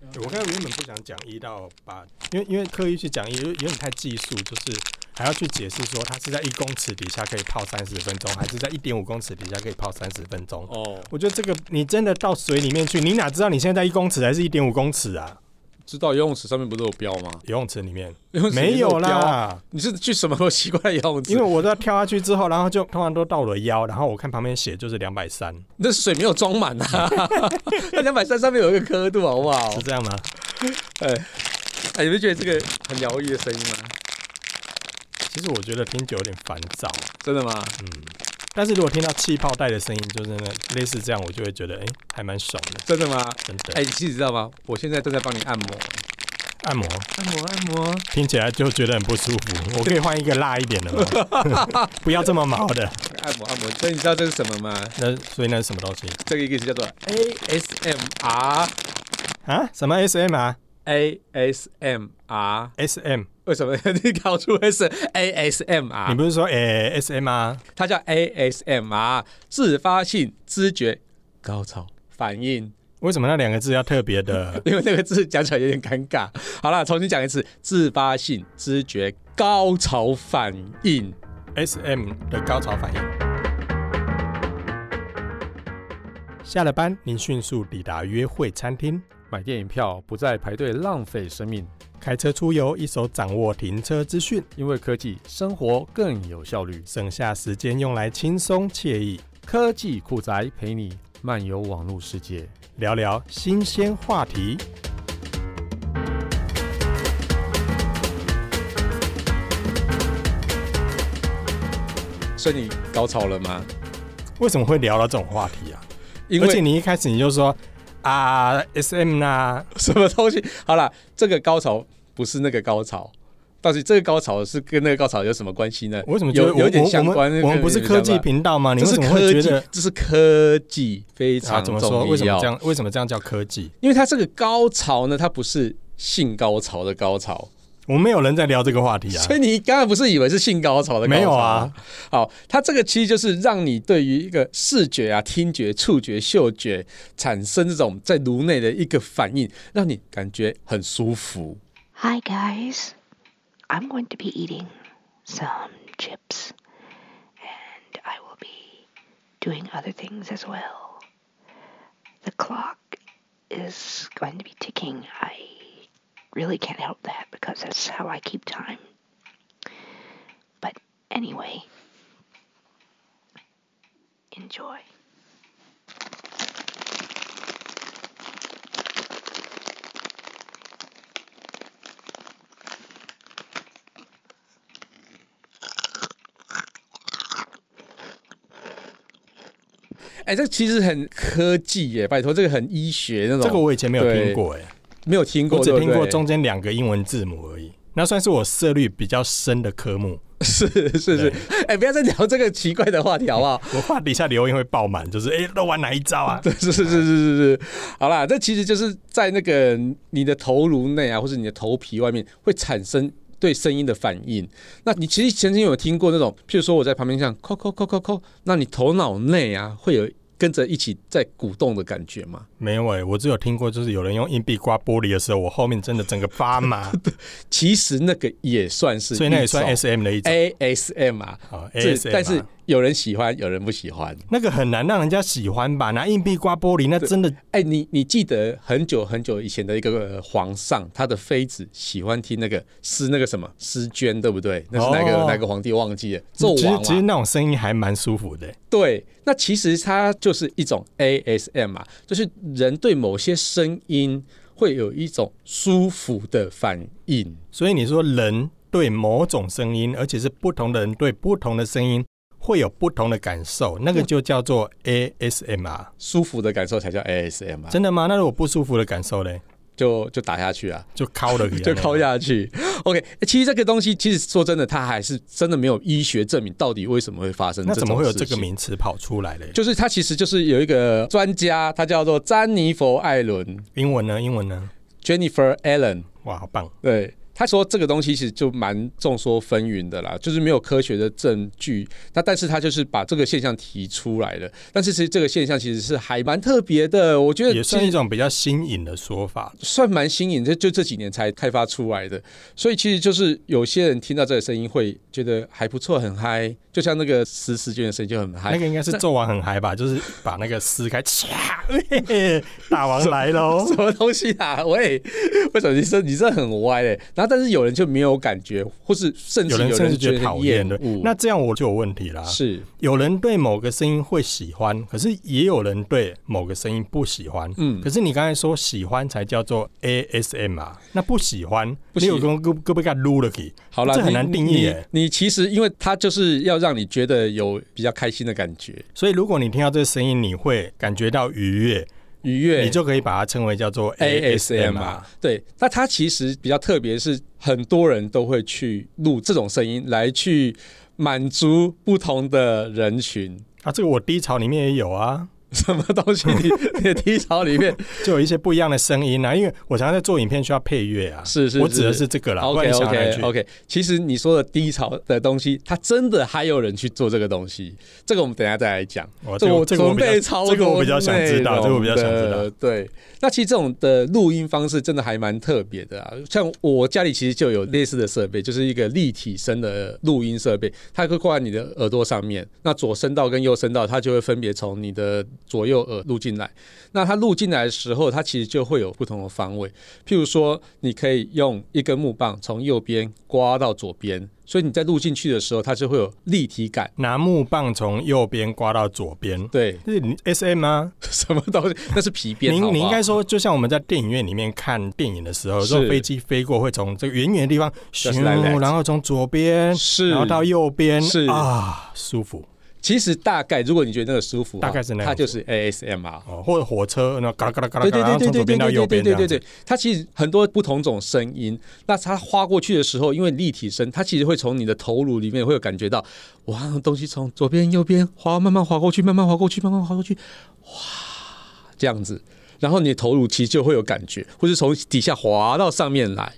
我刚刚原本不想讲一到八，因为因为刻意去讲一，有有点太技术，就是还要去解释说它是在一公尺底下可以泡三十分钟，还是在一点五公尺底下可以泡三十分钟。哦，我觉得这个你真的到水里面去，你哪知道你现在在一公尺还是一点五公尺啊？知道游泳池上面不是有标吗？游泳池里面游泳池没有标啊，啦，你是去什么奇怪的游泳池？因为我在跳下去之后，然后就通常都到我的腰，然后我看旁边写就是两百三，你的水没有装 满啊，那两百三上面有一个刻度，好不好是？这样吗？哎，你们觉得这个很疗愈的声音吗？其实我觉得听久有点烦躁，真的吗？嗯。但是如果听到气泡带的声音，就是那类似这样，我就会觉得哎、诶还蛮爽的，真的吗？真的。哎，你其实知道吗？我现在正在帮你按摩，按摩按摩，按摩。听起来就觉得很不舒 服，我可以换一个辣一点的吗？ 不要这么毛的。哎按摩按摩，所以你知道这是什么吗？那所以那是什么东西这个一个是叫做 ASMR。啊？什么 S M 啊 ASMR ？S M？为什么 你搞出 S ASMR？你不是说诶 S M 啊？它叫 ASMR，自发性知觉高潮反应。为什么那两个字要特别的因为那个字讲起来有点尴尬。好啦，重新讲一次，自发性知觉高潮反应。 S M 的高潮反应？下了班，您迅速抵达约会餐厅，买电影票不再排队浪费生命，开车出游，一手掌握停车资讯，因为科技生活更有效率。省下时间用来轻松惬意科技酷宅陪你漫游网络世界。聊聊新鲜话题。所以你高潮了吗？为什么会聊到这种话题啊？因而且为你一开始你就说啊，S M 啦， 什么东西？好啦，这个高潮不是那个高潮，到底这个高潮是跟那个高潮有什么关系呢？我为什么觉得有我有点我相关我们我们不是科技频，频道吗？你这为是什么会科觉技得，这是科技非啊？常怎重么说？为什么要这。样？为什么这样叫科技？因为它这个高潮呢，它不是性高潮的高潮，我们没有人在聊这个话题啊。所以你刚才不是以为是性高潮的高潮？没有啊。好，它这个其实就是让你对于一个视觉啊、听觉、触觉、嗅觉产生这种在颅内的一个反应，让你感觉很舒服。 Hi guys, I'm going to be eating some chips and I will be doing other things as well. The clock is going to be ticking. I really can't help that because that's how I keep time. But anyway, enjoy. 哎，这其实很科技耶，拜托，这个很医学那种。这个我以前没有对听过、欸，哎，没有听过，我只对不听过对中间两个英文字母而已。那算是我涉略比较深的科目。 是是是对。哎，不要再聊这个奇怪的话题好不 好？我怕底下留言会爆满，就是哎，都玩哪一招啊？对，是是是是是是，好啦，这其实就是在那个你的头颅内啊，或是你的头皮外面会产生对声音的反应。那你其实曾经有听过那种，譬如说我在旁边这样扣扣扣扣扣，那你头脑内啊会有跟着一起在鼓动的感觉吗？没有哎、我只有听过，就是有人用硬币刮玻璃的时候，我后面真的整个发 麻，其实那个也算是一种，所以那也算 S M 的一种。 ASM 啊。好这 ASMR 但哎是有人喜欢，有人不喜欢。那个很难让人家喜欢吧？拿硬币刮玻璃，那真的哎、你你记得很久很久以前的一个呃皇上，他的妃子喜欢听那个诗，那个什么诗娟，对不对？那是哪个、哦嗯哪个皇帝忘记了？纣其实王啊其实嘛。那种声音还蛮舒服的、对，那其实它就是一种 ASM 嘛，啊就是人对某些声音会有一种舒服的反应。所以你说人对某种声音，而且是不同的人对不同的声音，会有不同的感受，那个就叫做 ASMR。舒服的感受才叫 ASM 啊，真的吗？那如果不舒服的感受嘞，就就打下去啊，就敲了， 就抠。下去。OK，其实这个东西，其实说真的，它还是真的没有医学证明到底为什么会发生那这怎种么会有这事个情名词跑出来嘞？就是他其实就是有一个专家，他叫做詹妮弗·艾伦英文呢？英文呢？ （Jennifer Allen），哇，好棒！对。他说这个东西其实就蛮众说纷纭的啦，就是没有科学的证据。那但是他就是把这个现象提出来了，但是其实这个现象其实是还蛮特别的，我觉得也其实算一种比较新颖的说法。算蛮新颖，这就这几年才开发出来的，所以其实就是有些人听到这个声音会觉得还不错，很嗨，就像那个十十卷的声音就很嗨。那个应该是纣王很嗨吧，就是把那个撕 开， 掐，嘿嘿大王来喽！什么东西啊？喂，为什么你这你这很歪嘞？然后但是有人就没有感觉，或是甚至有人甚至觉觉得讨厌的恶，。那这样我就有问题啦。是有人对某个声音会喜欢，可是也有人对某个声音不喜欢。嗯可是你刚才说喜欢才叫做 ASM 啊，那不喜欢，你不喜有跟胳胳膊给撸了去，好啦，这很你难定义耶。你。你其实因为它就是要让你觉得有比较开心的感觉，所以如果你听到这个声音，你会感觉到愉悦，愉悦，你就可以把它称为叫做 ASM ASM 啊啊。，对，那它其实比较特别，是很多人都会去录这种声音来去满足不同的人群。 啊，这个我低潮里面也有啊，什么东西你？你的低潮 里面就有一些不一样的声音啊，因为我常常在做影片需要配乐啊。是是我指的是这个啦，不然 OK 你想哪里 OK 去？ OK，其实你说的低潮的东西，它真的还有人去做这个东西，这个我们等一下再来讲。哦这这个我这个我准比较备超这个我多比较想知道内这个我比较想知道容的。对，那其实这种的录音方式真的还蛮特别的啊。像我家里其实就有类似的设备，就是一个立体声的录音设备，它会挂在你的耳朵上面。那左声道跟右声道，它就会分别从你的左右耳录进来。那它录进来的时候，它其实就会有不同的方位。譬如说，你可以用一根木棒从右边刮到左边，所以你在录进去的时候，它就会有立体感。拿木棒从右边刮到左边，对，这是你 SM 啊。 什么东西？那是皮鞭，您好不您应好该说，就像我们在电影院里面看电影的时候，有时候是飞机飞过会从这个远远的地方，咻 like that 然后从左边，是，然后到右边，是啊，舒服其实大概，如果你觉得那个舒服啊，大概是那样它就是 ASMR。哦，或者火车，那嘎啦嘎啦嘎啦对嘎对啦，然后对从对左对边到对右边对对这对样对子。对，它其实很多不同种声音。那它划过去的时候，因为立体声，它其实会从你的头颅里面会有感觉到，哇，东西从左边、右边划，慢慢划过去，慢慢划过去，慢慢划过去，哇，这样子。然后你的头颅其实就会有感觉，或是从底下滑到上面来，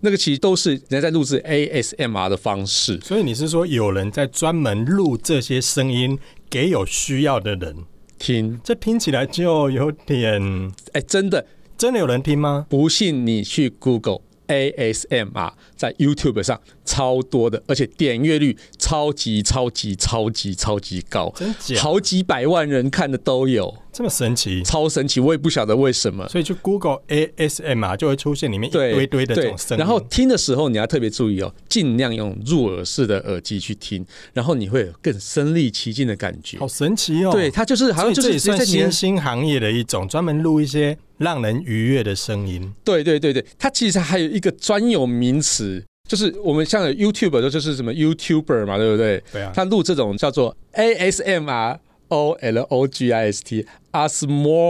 那个其实都是人家在录制 ASMR 的方式。所以你是说有人在专门录这些声音给有需要的人？听，这听起来就有点，哎，真的，真的有人听吗？不信你去 Google ASMR，在 YouTube 上超多的，而且点阅率超级超级超级超级高，真假？好几百万人看的都有，这么神奇。超神奇，我也不晓得为什么。所以去 Google ASM 啊，就会出现里面一对，堆堆的这对种声音。然后听的时候你要特别注意哦，尽量用入耳式的耳机去听，然后你会有更身临其境的感觉。好神奇哦！对，它就是好所像以就这是也直接算在你新的兴行业的一种，专门录一些让人愉悦的声音。对对对对，它其实还有一个专有名词，就是我们像有 YouTube 的就是什么 YouTuber 嘛，对不对？对啊他录这种叫做 ASMR O L O G I S T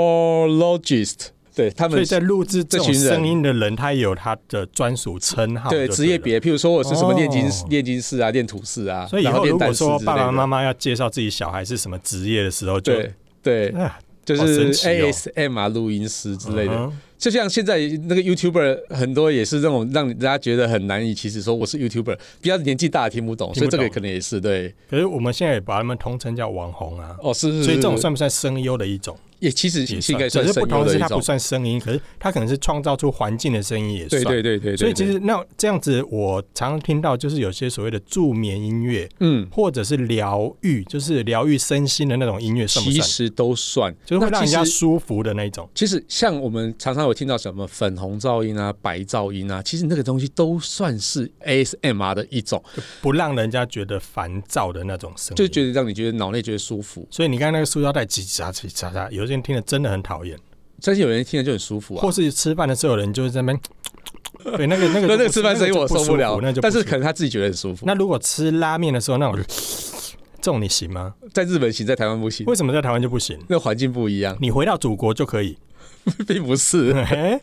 Osmologist，对他所们以在录制这种这群人声音的人，他也有他的专属称号，对职业别。别，譬如说我是什么炼金、哦炼金师啊，炼土师啊，所以以然后后炼如果丹师说之爸类爸的妈妈要介绍自己小孩是什么职业的时候，就对对，啊就好神是奇哦 ASMR 录音师之类的。嗯哼就像现在那个 YouTuber 很多也是那种让大家觉得很难以启齿，说我是 YouTuber，比较年纪大听不懂，听所不懂以这个可能也是对可是我们现在也把他们通称叫网红啊。哦，是是是，所以这种是算不算声优的一种？也其实也应该只算是声不优同的是一它不种，算声音，可是它可能是创造出环境的声音也对算。对对对对，所以其对实那这样子，我常常听到就是有些所谓的助眠音乐，嗯，或者是疗愈，就是疗愈身心的那种音乐，算不其算？实都算，就是会让人那家其实舒服的那种。其实像我们常常有听到什么粉红噪音啊、白噪音啊，其实那个东西都算是 ASMR 的一种，不让人家觉得烦躁的那种声音，就觉得让你觉得脑内觉得舒服。所以你看那个塑胶袋叽叽喳叽喳喳，有些人听了真的很讨厌，但是有人听了就很舒服啊或。是吃饭的时候有人就是在那 边，对那个那个那就那个不吃饭声音我受那个就不舒了服那，就不但是舒服可能他自己觉得很舒服。那如果吃拉面的时候那种，这种你行吗？在日本行，在台湾不行，为什么在台湾就不行？那环境不一样， 你回到祖国就可以，哎并不是。嘿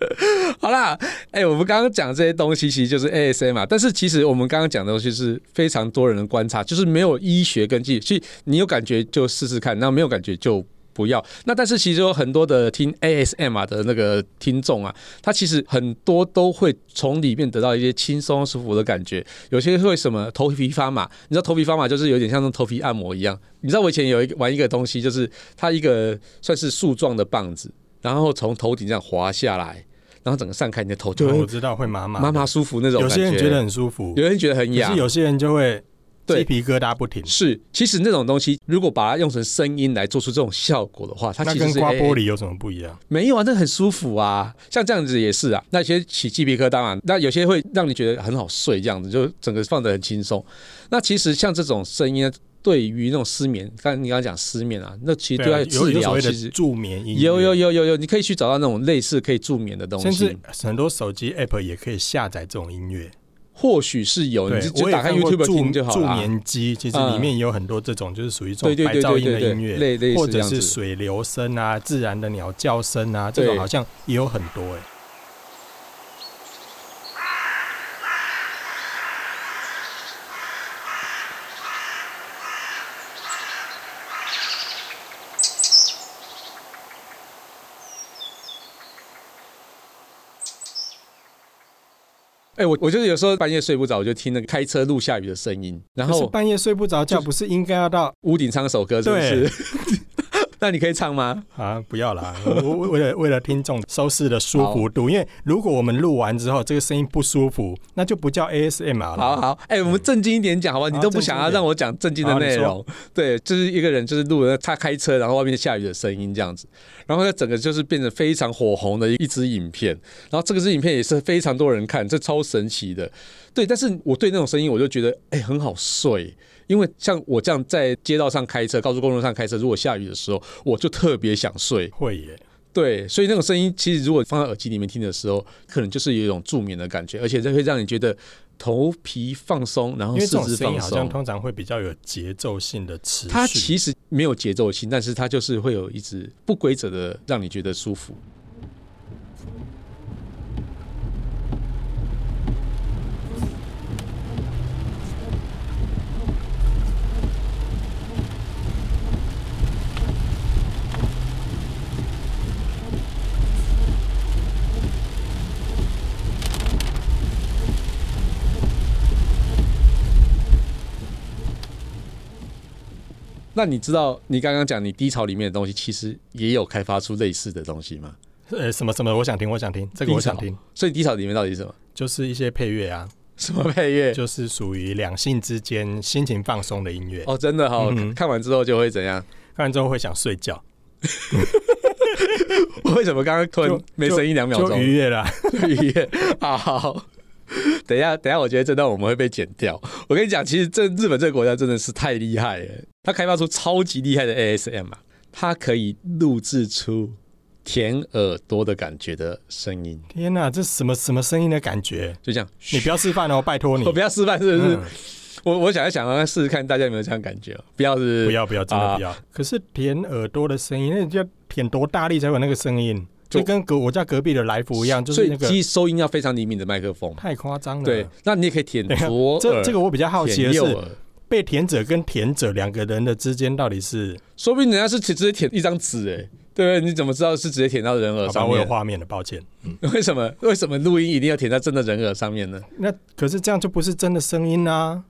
好啦，哎、我们刚刚讲这些东西，其实就是 ASM 啊嘛。但是其实我们刚刚讲的东西是非常多人的观察，就是没有医学根据。所以你有感觉就试试看，那没有感觉就。不要。那但是其实有很多的听 ASM 啊的那个听众啊，他其实很多都会从里面得到一些轻松舒服的感觉。有些会什么头皮发麻，你知道头皮发麻就是有点像那种头皮按摩一样。你知道我以前有一个玩一个东西，就是它一个算是树状的棒子，然后从头顶这样滑下来，然后整个散开，你的头就就我会知道会麻麻的麻麻舒服那种有感些人觉得很舒服，有人觉得很可痒是，有些人就会鸡对皮疙瘩不停，是，其实那种东西，如果把它用成声音来做出这种效果的话，它那其实跟是哎刮 AA 玻璃有什么不一样？没有啊，那很舒服啊。像这样子也是啊，那有些起鸡皮疙瘩嘛，那有些会让你觉得很好睡，这样子就整个放得很轻松。那其实像这种声音呢，啊对于那种失眠，刚你刚刚讲失眠啊，那其实对它啊的治有有所疗谓其的实。助眠音乐，有有有有有，你可以去找到那种类似可以助眠的东甚至西，很多手机 app 也可以下载这种音乐。或许是有，哦对你就，就我也打开看过 YouTube 听助就好助了啊。眠机，其实嗯里面也有很多这种，就是属于这对种对白对噪对音对的对，音乐，类类或似这者样是子。水流声啊、自然的鸟叫声啊，这种对好像也有很多哎。哎、我我就是有时候半夜睡不着，我就听那个开车路下雨的声音，然可是后半夜睡不着觉，不是应该要到屋顶唱一首歌，是不是？ 那你可以唱吗？啊？不要啦，我我为了为了听众收视的舒服度，因为如果我们录完之后这个声音不舒服，那就不叫 ASMR 了。好好，哎、我们正经一点讲，好吧？好你都不想要让我讲正经的内容，对，就是一个人就是路人他开车，然后外面下雨的声音这样子，然后他整个就是变得非常火红的一支影片，然后这个支影片也是非常多人看，这超神奇的，对。但是我对那种声音我就觉得，哎、很好睡，因为像我这样在街道上开车、高速公路上开车，如果下雨的时候，我就特别想睡。会耶，哦对，所以那种声音，其实如果放在耳机里面听的时候，可能就是有一种助眠的感觉，而且这会让你觉得头皮放松，因然后为这四种肢声音放好像松。通常会比较有节奏性的持续。它其实没有节奏性，但是它就是会有一直不规则的，让你觉得舒服。那你知道你刚刚讲你低潮里面的东西，其实也有开发出类似的东西吗？呃什么什么，我想听，我想听，这个我想听，所以低潮里面到底是什么？ 就是一些配乐啊，什么配乐？就是属于两性之间心情放松的音乐。哦，真的哈、哦，嗯哼看完之后就会怎样？ 看完之后会想睡觉，为什么刚刚突然就没声音两秒就钟？愉悦了。语言。好 好，等一下，等一下，我觉得这段我们会被剪掉。我跟你讲，其实这日本这个国家真的是太厉害了，它开发出超级厉害的 ASM 啊，它可以录制出舔耳朵的感觉的声音，天哪、这什么什么声音的感觉？就这样。你不要示范哦，拜托你 我。不要示范，是不是？嗯我我想要想要试试看，大家有没有这样感觉哦？不要是是不要不要，真的啊不要。可是舔耳朵的声音，那你要舔多大力才有那个声音？就就跟隔我家隔壁的来福一样，就是那所以个其实收音要非常灵敏的麦克风。太夸张了。对，那你也可以舔等一下左 耳，这这个我比较好奇舔的右是，耳。被舔者跟舔者两个人的之间到底是？说不定人家是直接舔一张纸，哎，对不对？你怎么知道是直接舔到人好吧，耳呃上我有面？画面了，抱歉。为什么 为什么录音一定要填在真的人耳上面呢？那可是这样就不是真的声音啦。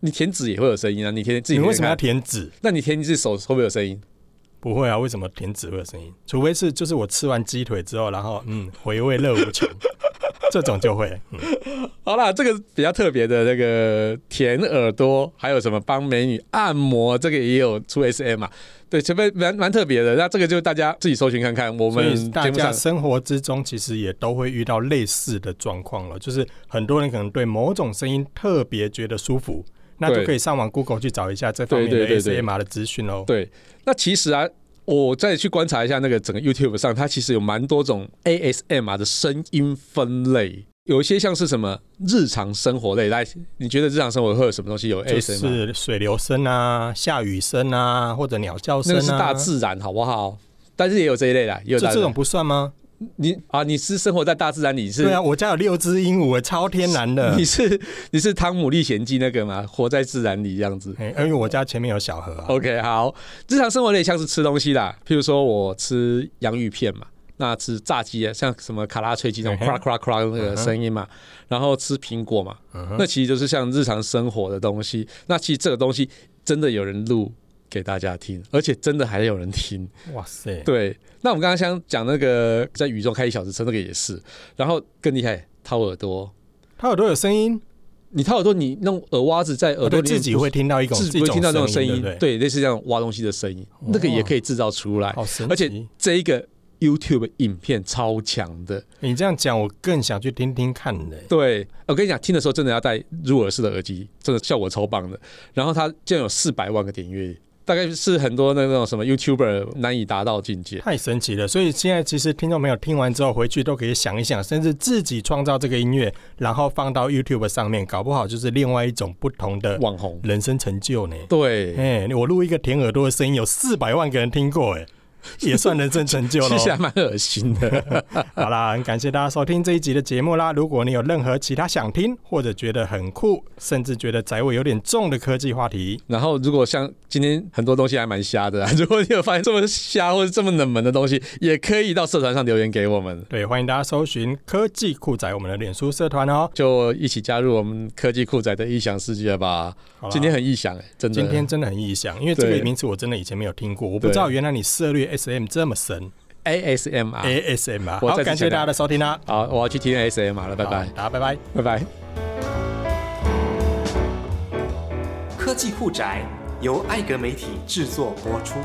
你填纸也会有声音啊，你填自己你填为什么要看？舔纸？那你填你自己手会不会有声音？不会啊，为什么舔纸会有声音？除非是就是我吃完鸡腿之后，然后嗯回味乐无 穷，这种就会。嗯好啦，这个比较特别的那个舔耳朵，还有什么帮美女按摩，这个也有出 SM 啊。对，前面蛮蛮特别的。那这个就大家自己搜寻看看，我所们以大节目家上生活之中其实也都会遇到类似的状况了，就是很多人可能对某种声音特别觉得舒服，那对就可以上网 Google 去找一下这方面对的对对对 ASMR 的资讯喽。对。那其实啊，我再去观察一下那个整个 YouTube 上，它其实有蛮多种 ASM 啊的声音分类。有一些像是什么日常生活类，来，你觉得日常生活会有什么东西有 ASM？就啊是水流声啊、下雨声啊，或者鸟叫那声啊，个是大自然，好不好？但是也有这一类啦，也有这大这自种然。不算吗？你啊，你是生活在大自然里是？对啊，我家有六只鹦鹉，超天然的 你。是你是《汤姆历险记》那个吗？活在自然里这样子。哎、因为我家前面有小河啊。 OK，好，日常生活类像是吃东西啦，譬如说我吃洋芋片嘛，那吃炸鸡啊，像什么卡拉脆鸡那种嗯哼咔咔咔那个声音嘛，然后吃苹果嘛，嗯哼那其实就是像日常生活的东西。那其实这个东西真的有人录给大家听，而且真的还有人听。哇塞，对，那我们刚刚想讲那个在雨中开一小时车那个也是，然后更厉害，掏耳朵。它耳朵有声音，你掏耳朵，你弄耳挖子在耳哦我对朵里面自己会听到一种自己会听到那种声音，对不对，对，哦类似这样挖东西的声音，那个也可以制造出来。好神奇。而且这一个 YouTube 影片超强的，你这样讲，我更想去听听看的、对呃我跟你讲，听的时候真的要戴入耳式的耳机，真的效果超棒的。然后它竟然有四百万个点阅，大概是很多那种什么 YouTuber 难以达到的境界。太神奇了！所以现在其实听众朋友听完之后，回去都可以想一想，甚至自己创造这个音乐，然后放到 YouTube 上面，搞不好就是另外一种不同的网红，人生成就呢。 对，哎、我录一个舔耳朵的声音，有四百万个人听过，哎，也算人生 成就其喽。实还蛮恶心的。好啦，很感谢大家收听这一集的节目啦！如果你有任何其他想听，或者觉得很酷，甚至觉得宅味有点重的科技话题，然后如果像今天很多东西还蛮瞎的、啊， 如果你有发现这么瞎或者这么冷门的东西，也可以到社团上留言给我们。对，欢迎大家搜寻“科技酷宅”我们的脸书社团哦。就一起加入我们科技酷仔的异想世界吧。好啦今天很异想、欸，真的。今天真的很异想，因为这对个名词我真的以前没有听过，我不对知道原来你涉猎 SM 这么深。 ASMR，、 ASM 啊，我好，再次感谢强调大家的收听啦，好，我要去听 ASMR 了，拜拜好，大家拜拜。拜拜。科技酷宅由艾格媒体制作播出。